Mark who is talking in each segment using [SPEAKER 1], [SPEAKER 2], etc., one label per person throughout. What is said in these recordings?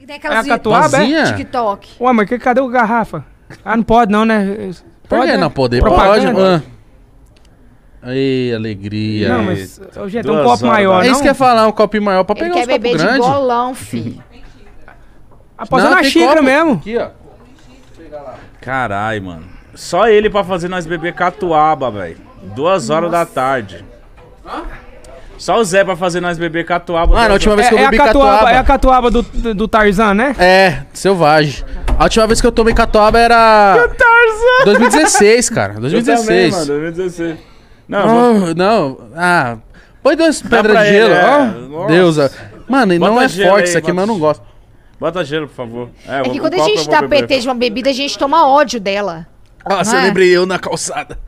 [SPEAKER 1] E tem aquelas
[SPEAKER 2] É a catuaba,
[SPEAKER 1] de-
[SPEAKER 3] é?
[SPEAKER 1] de TikTok.
[SPEAKER 2] Ué, mas que- cadê o garrafa? Ah, não pode não, né?
[SPEAKER 3] Por que
[SPEAKER 2] né?
[SPEAKER 3] não poder? Pode. né?
[SPEAKER 2] Propaganda.
[SPEAKER 3] ah. Ei, alegria.
[SPEAKER 2] Não, mas hoje é tão
[SPEAKER 4] Duas
[SPEAKER 2] copo
[SPEAKER 4] horas. né?
[SPEAKER 2] maior,
[SPEAKER 3] Ah. é
[SPEAKER 2] não?
[SPEAKER 3] isso que eu ia falar, um copinho maior pra
[SPEAKER 1] Ele
[SPEAKER 3] pegar
[SPEAKER 1] quer
[SPEAKER 3] uns copos
[SPEAKER 1] beber de
[SPEAKER 3] grandes.
[SPEAKER 1] bolão, fi.
[SPEAKER 2] Aposta na
[SPEAKER 3] tem
[SPEAKER 2] xícara
[SPEAKER 3] copo
[SPEAKER 2] mesmo.
[SPEAKER 3] Aqui, ó.
[SPEAKER 4] Carai, mano. Só ele pra fazer nós beber catuaba, velho. Duas horas da tarde. Só o Zé pra fazer nós beber catuaba.
[SPEAKER 3] Mano, a
[SPEAKER 4] duas
[SPEAKER 3] última vez que
[SPEAKER 2] É,
[SPEAKER 3] eu
[SPEAKER 2] é a
[SPEAKER 3] bebi
[SPEAKER 2] catuaba,
[SPEAKER 3] catuaba.
[SPEAKER 2] é a catuaba do, do, do Tarzan, né?
[SPEAKER 3] É, selvagem. A última vez que eu tomei catuaba era. 2016, cara.
[SPEAKER 4] Eu também,
[SPEAKER 3] 2016.
[SPEAKER 4] mano, 2016. Não, vou-
[SPEAKER 3] Ah, não, ah. Põe duas pedras de
[SPEAKER 4] pra ele,
[SPEAKER 3] gelo.
[SPEAKER 4] é.
[SPEAKER 3] ó.
[SPEAKER 4] Nossa.
[SPEAKER 3] deusa. Mano, e
[SPEAKER 4] Bota
[SPEAKER 3] não é
[SPEAKER 4] gelo
[SPEAKER 3] forte
[SPEAKER 4] aí,
[SPEAKER 3] isso aqui,
[SPEAKER 4] bota-
[SPEAKER 3] mas eu não gosto.
[SPEAKER 4] bota gelo, por favor.
[SPEAKER 1] É
[SPEAKER 4] um
[SPEAKER 1] que quando a
[SPEAKER 4] copo eu
[SPEAKER 1] gente
[SPEAKER 4] vou
[SPEAKER 1] dá
[SPEAKER 4] beber.
[SPEAKER 1] PT de uma bebida, a gente toma ódio dela.
[SPEAKER 3] Nossa,
[SPEAKER 1] Não
[SPEAKER 3] eu
[SPEAKER 1] é?
[SPEAKER 3] lembrei eu na calçada.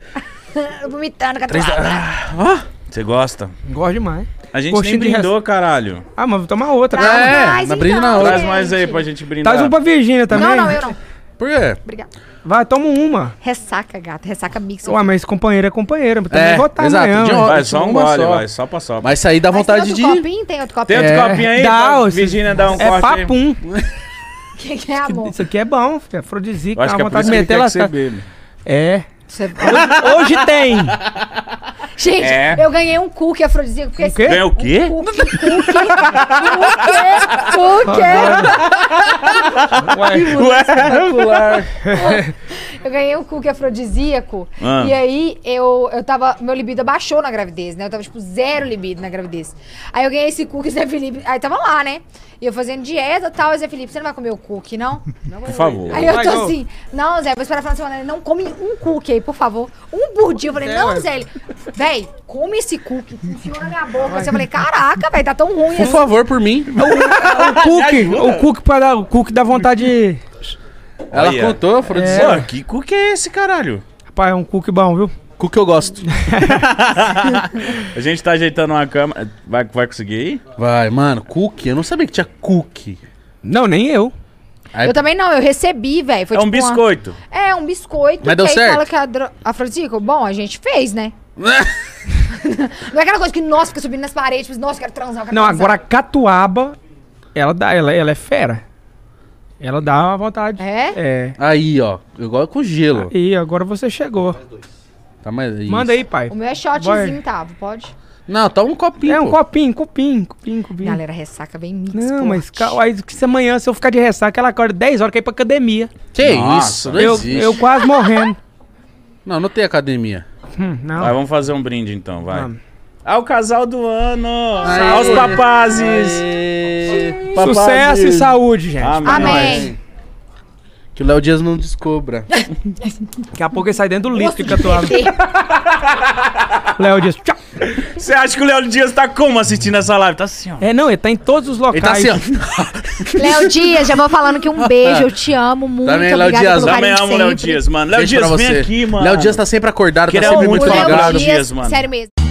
[SPEAKER 1] Vomitando catuaba.
[SPEAKER 4] Você gosta?
[SPEAKER 2] Gosto demais.
[SPEAKER 4] A gente
[SPEAKER 2] Coxinha de
[SPEAKER 4] nem brindou, caralho.
[SPEAKER 2] Ah, mas vou tomar outra.
[SPEAKER 1] Traz
[SPEAKER 2] calma.
[SPEAKER 3] é,
[SPEAKER 1] mais,
[SPEAKER 3] na brinde
[SPEAKER 1] um então,
[SPEAKER 3] na outra.
[SPEAKER 4] Traz mais aí
[SPEAKER 1] gente.
[SPEAKER 4] pra gente brindar.
[SPEAKER 2] Traz um pra Virgínia também.
[SPEAKER 1] Não, não, eu não.
[SPEAKER 3] Por quê?
[SPEAKER 1] Obrigada.
[SPEAKER 2] Vai, toma uma.
[SPEAKER 1] Ressaca, gata. Ressaca mix.
[SPEAKER 2] Ué, mas companheiro é companheiro. Também
[SPEAKER 3] É,
[SPEAKER 2] vou tá
[SPEAKER 3] exato,
[SPEAKER 2] amanhã.
[SPEAKER 3] de
[SPEAKER 2] ué.
[SPEAKER 3] ontem.
[SPEAKER 4] Vai, só um
[SPEAKER 3] Uma
[SPEAKER 4] gole,
[SPEAKER 3] só.
[SPEAKER 4] vai. Só pra só.
[SPEAKER 3] Mas sair dá
[SPEAKER 1] Mas
[SPEAKER 3] vontade
[SPEAKER 1] tem
[SPEAKER 3] de.
[SPEAKER 1] outro copinho? Tem outro
[SPEAKER 4] Tem
[SPEAKER 1] copinho?
[SPEAKER 4] outro
[SPEAKER 3] É,
[SPEAKER 4] copinho aí?
[SPEAKER 2] dá,
[SPEAKER 4] pra
[SPEAKER 2] ô,
[SPEAKER 4] Virgínia dá um
[SPEAKER 2] É
[SPEAKER 4] corte aí.
[SPEAKER 2] papum.
[SPEAKER 1] O que, que é, amor?
[SPEAKER 2] Isso aqui é bom, filho. é afrodisíaco.
[SPEAKER 4] Eu acho
[SPEAKER 2] Dá
[SPEAKER 4] que é por
[SPEAKER 2] vontade de
[SPEAKER 4] isso que ele
[SPEAKER 2] meter
[SPEAKER 4] quer
[SPEAKER 2] ela.
[SPEAKER 4] que você bebe.
[SPEAKER 2] É.
[SPEAKER 1] Você-
[SPEAKER 2] Hoje tem.
[SPEAKER 1] Gente,
[SPEAKER 4] É.
[SPEAKER 1] eu ganhei um cookie afrodisíaco. Porque
[SPEAKER 2] O quê?
[SPEAKER 4] Ganha o quê?
[SPEAKER 1] esse Cookie, cookie, cookie, cookie.
[SPEAKER 2] Ué,
[SPEAKER 1] Eu ganhei um cookie afrodisíaco.
[SPEAKER 4] Ah.
[SPEAKER 1] E aí, eu, eu tava... Meu libido abaixou na gravidez, né? Eu tava, tipo, zero libido na gravidez. Aí eu ganhei esse cookie, Zé Felipe... Aí tava lá, né? E eu fazendo dieta e tal. e Zé Felipe, você não vai comer o cookie, não?
[SPEAKER 4] Por favor.
[SPEAKER 1] Aí eu
[SPEAKER 2] Vai,
[SPEAKER 1] tô
[SPEAKER 2] não.
[SPEAKER 1] assim, não, Zé, vou esperar falar semana. Ele, não come um cookie aí, por favor. Um por dia. Eu falei,
[SPEAKER 2] É,
[SPEAKER 1] não,
[SPEAKER 2] ué.
[SPEAKER 1] Zé. Ele, véi, come esse cookie, enfiou na minha boca. Aí Eu falei, caraca, véi, tá tão ruim.
[SPEAKER 3] Por
[SPEAKER 1] assim."
[SPEAKER 3] favor, por mim.
[SPEAKER 2] o cookie. O cookie, pra dar, o cookie dá vontade de.
[SPEAKER 3] Ela
[SPEAKER 4] Olha.
[SPEAKER 3] contou, Frodo.
[SPEAKER 4] Pô, que cu que é esse, caralho?
[SPEAKER 2] Rapaz, é um cookie bom, viu?
[SPEAKER 3] Cu que eu gosto.
[SPEAKER 4] A gente tá ajeitando uma cama. Vai, vai conseguir aí?
[SPEAKER 3] Vai, mano, cookie. Eu não sabia que tinha cookie.
[SPEAKER 2] Não, nem eu.
[SPEAKER 3] Aí,
[SPEAKER 1] Eu também não, eu recebi, véi. Foi
[SPEAKER 4] É um
[SPEAKER 1] tipo uma-
[SPEAKER 4] biscoito.
[SPEAKER 1] É, um biscoito.
[SPEAKER 3] Mas deu
[SPEAKER 1] que aí
[SPEAKER 3] certo?
[SPEAKER 1] fala que a dro- afrodisíaco, bom, a gente fez, né? Não é aquela coisa que, nossa, fica subindo nas paredes, tipo, nossa, quero transar, quero
[SPEAKER 2] Não,
[SPEAKER 1] transar.
[SPEAKER 2] agora a catuaba, ela, dá, ela, ela é fera. Ela dá uma vontade.
[SPEAKER 1] É?
[SPEAKER 2] É.
[SPEAKER 3] aí, ó. Eu gosto com gelo.
[SPEAKER 2] E agora você chegou.
[SPEAKER 3] Tá, mas é isso.
[SPEAKER 2] Manda aí, pai.
[SPEAKER 1] O meu é shotzinho,
[SPEAKER 2] Vai.
[SPEAKER 1] tá? Pode?
[SPEAKER 3] Não, toma um copinho.
[SPEAKER 2] É um
[SPEAKER 3] pô.
[SPEAKER 2] copinho, copinho, copinho, copinho.
[SPEAKER 1] Galera, ressaca bem mix,
[SPEAKER 2] Não, mas
[SPEAKER 1] forte.
[SPEAKER 2] calma, aí que se amanhã, se eu ficar de ressaca, ela acorda 10 horas, quer ir pra academia.
[SPEAKER 3] Que
[SPEAKER 4] Nossa.
[SPEAKER 3] isso? Não
[SPEAKER 2] Eu,
[SPEAKER 3] existe.
[SPEAKER 2] eu quase morrendo.
[SPEAKER 3] Não, não tem academia.
[SPEAKER 2] Hum, não.
[SPEAKER 4] Vai, vamos fazer um brinde então, vai.
[SPEAKER 2] Vamos.
[SPEAKER 4] Ao casal do ano!
[SPEAKER 3] Aê.
[SPEAKER 4] Aos papazes!
[SPEAKER 3] Aê.
[SPEAKER 2] Sucesso e saúde, gente.
[SPEAKER 1] Amém.
[SPEAKER 3] Que o Léo Dias não descubra.
[SPEAKER 2] Daqui a pouco ele sai dentro do lixo
[SPEAKER 1] Gosto
[SPEAKER 2] que
[SPEAKER 1] de
[SPEAKER 2] catuaba.
[SPEAKER 1] PT.
[SPEAKER 2] Léo diz, tchau.
[SPEAKER 4] Você acha que o Léo Dias tá como assistindo essa live? Tá assim, ó.
[SPEAKER 2] É, não, ele tá em todos os
[SPEAKER 3] Ele
[SPEAKER 2] locais.
[SPEAKER 3] tá assim, ó.
[SPEAKER 1] Léo Dias, já vou falando que um beijo, eu te amo muito.
[SPEAKER 3] Também, é Léo
[SPEAKER 1] obrigada
[SPEAKER 3] Dias,
[SPEAKER 1] pelo
[SPEAKER 4] Também
[SPEAKER 1] carinho
[SPEAKER 4] amo o Léo
[SPEAKER 1] sempre.
[SPEAKER 4] Dias, mano. Léo
[SPEAKER 3] Beijo pra
[SPEAKER 4] Dias, vem
[SPEAKER 3] você.
[SPEAKER 4] aqui, mano.
[SPEAKER 3] Léo Dias tá sempre acordado,
[SPEAKER 4] Queria
[SPEAKER 3] tá sempre
[SPEAKER 4] muito
[SPEAKER 3] muito
[SPEAKER 1] O Léo
[SPEAKER 4] falar com o
[SPEAKER 3] ligado.
[SPEAKER 4] Léo Dias, mano.
[SPEAKER 1] Sério mesmo.